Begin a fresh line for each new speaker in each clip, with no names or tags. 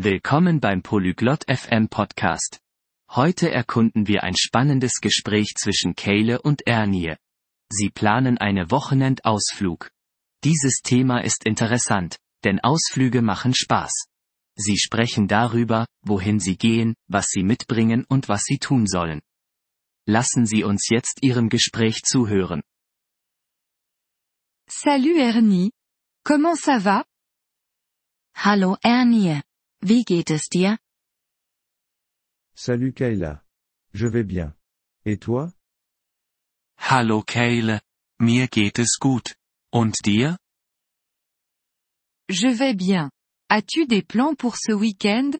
Willkommen beim Polyglot FM Podcast. Heute erkunden wir ein spannendes Gespräch zwischen Kayle und Ernie. Sie planen eine Wochenendausflug. Dieses Thema ist interessant, denn Ausflüge machen Spaß. Sie sprechen darüber, wohin sie gehen, was sie mitbringen und was sie tun sollen. Lassen Sie uns jetzt Ihrem Gespräch zuhören.
Salut Ernie. Comment ça va?
Hallo Ernie. Wie geht es dir?
Salut Kayla. Je vais bien. Et toi?
Hallo Kayle. Mir geht es gut. Und dir?
Je vais bien. As-tu des plans pour ce week-end?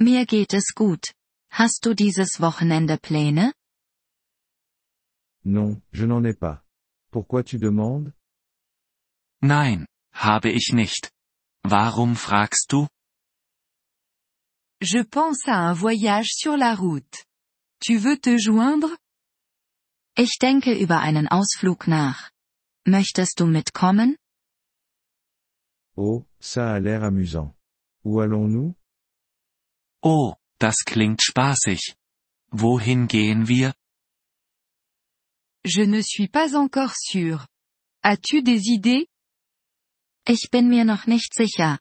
Mir geht es gut. Hast du dieses Wochenende Pläne?
Non, je n'en ai pas. Pourquoi tu demandes?
Nein, habe ich nicht. Warum fragst du?
Je pense à un voyage sur la route. Tu veux te joindre?
Ich denke über einen Ausflug nach. Möchtest du mitkommen?
Oh, ça a l'air amusant. Où allons-nous?
Oh, das klingt spaßig. Wohin gehen wir?
Je ne suis pas encore sûr. As-tu des idées?
Ich bin mir noch nicht sicher.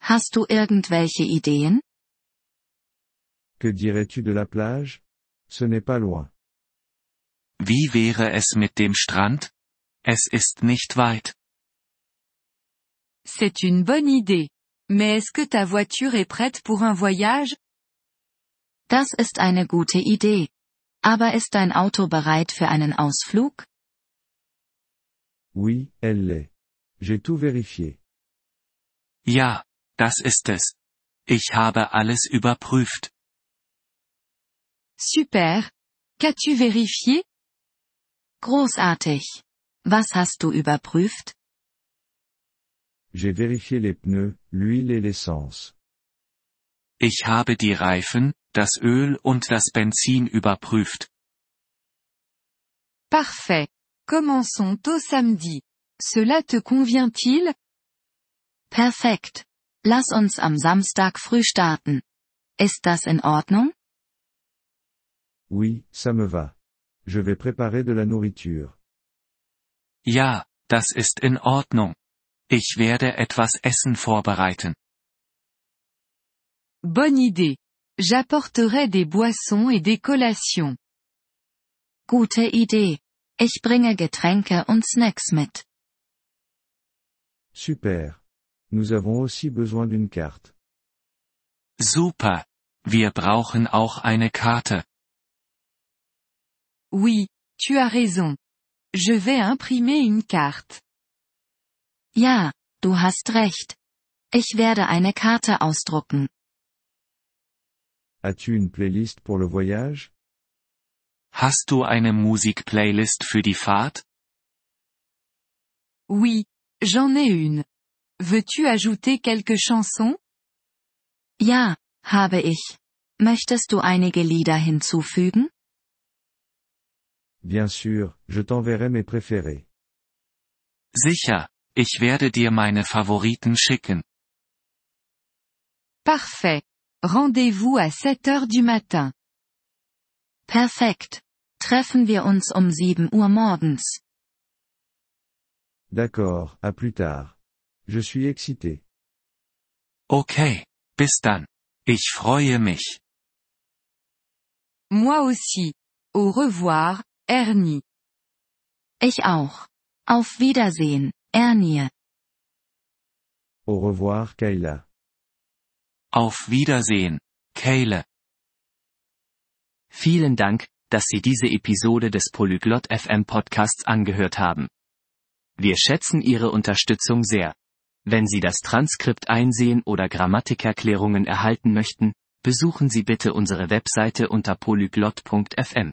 Hast du irgendwelche Ideen?
Que dirais-tu de la plage? Ce n'est pas loin.
Wie wäre es mit dem Strand? Es ist nicht weit.
C'est une bonne idée. Mais est-ce que ta voiture est prête pour un voyage?
Das ist eine gute Idee. Aber ist dein Auto bereit für einen Ausflug?
Oui, elle l'est. J'ai tout vérifié.
Ja, das ist es. Ich habe alles überprüft.
Super. Qu'as-tu vérifié?
Großartig. Was hast du überprüft?
J'ai vérifié les pneus, l'huile et l'essence.
Ich habe die Reifen, das Öl und das Benzin überprüft.
Parfait. Commençons tôt samedi. Cela te convient-il?
Perfekt. Lass uns am Samstag früh starten. Ist das in Ordnung?
Oui, ça me va. Je vais préparer de la nourriture.
Ja, das ist in Ordnung. Ich werde etwas Essen vorbereiten.
Bonne idée. J'apporterai des boissons et des collations.
Gute Idee. Ich bringe Getränke und Snacks mit.
Super. Nous avons aussi besoin d'une carte.
Super. Wir brauchen auch eine Karte.
Oui, tu as raison. Je vais imprimer une carte.
Ja, du hast recht. Ich werde eine Karte ausdrucken.
As-tu une playlist pour le voyage?
Hast du eine Musikplaylist für die Fahrt?
Oui, j'en ai une. Veux-tu ajouter quelques chansons?
Ja, habe ich. Möchtest du einige Lieder hinzufügen?
Bien sûr, je t'enverrai mes préférés.
Sicher, ich werde dir meine Favoriten schicken.
Parfait. Rendez-vous à 7 heures du matin.
Perfekt. Treffen wir uns um 7 Uhr morgens.
D'accord, à plus tard. Je suis excité.
Okay, bis dann. Ich freue mich.
Moi aussi. Au revoir, Ernie.
Ich auch. Auf Wiedersehen, Ernie.
Au revoir Kayla.
Auf Wiedersehen, Kayle.
Vielen Dank, dass Sie diese Episode des Polyglot FM Podcasts angehört haben. Wir schätzen Ihre Unterstützung sehr. Wenn Sie das Transkript einsehen oder Grammatikerklärungen erhalten möchten, besuchen Sie bitte unsere Webseite unter polyglot.fm.